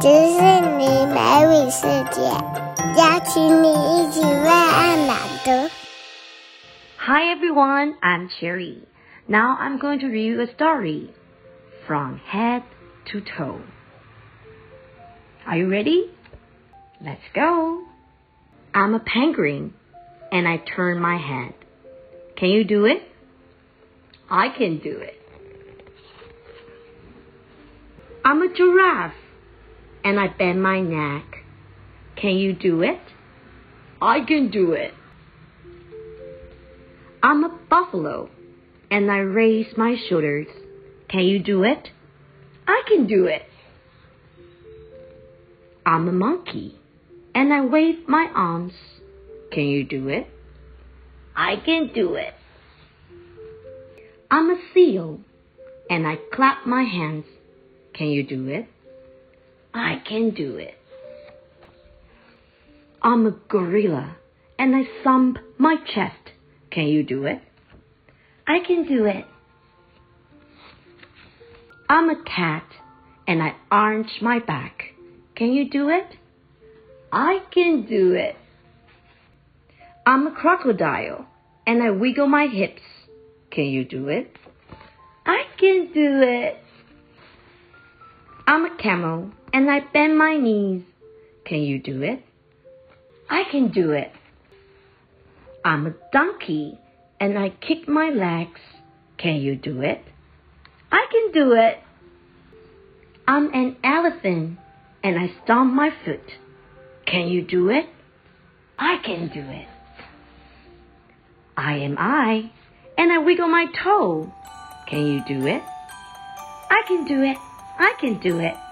迪士尼美语世界，邀请你一起为爱朗读。 Hi everyone, I'm Cherry. Now I'm going to read you a story from head to toe. Are you ready? Let's go. I'm a penguin and I turn my head. Can you do it? I can do it. I'm a giraffe and I bend my neck. Can you do it? I can do it. I'm a buffalo and I raise my shoulders. Can you do it? I can do it. I'm a monkey and I wave my arms. Can you do it? I can do it. I'm a seal and I clap my hands. Can you do it? I can do it. I'm a gorilla and I thump my chest. Can you do it? I can do it. I'm a cat and I arch my back. Can you do it? I can do it. I'm a crocodile and I wiggle my hips. Can you do it? I can do it. I'm a camel and I bend my knees. Can you do it? I can do it. I'm a donkey and I kick my legs. Can you do it? I can do it. I'm an elephant and I stomp my foot. Can you do it? I can do it. I am I and I wiggle my toe. Can you do it? I can do it. I can do it.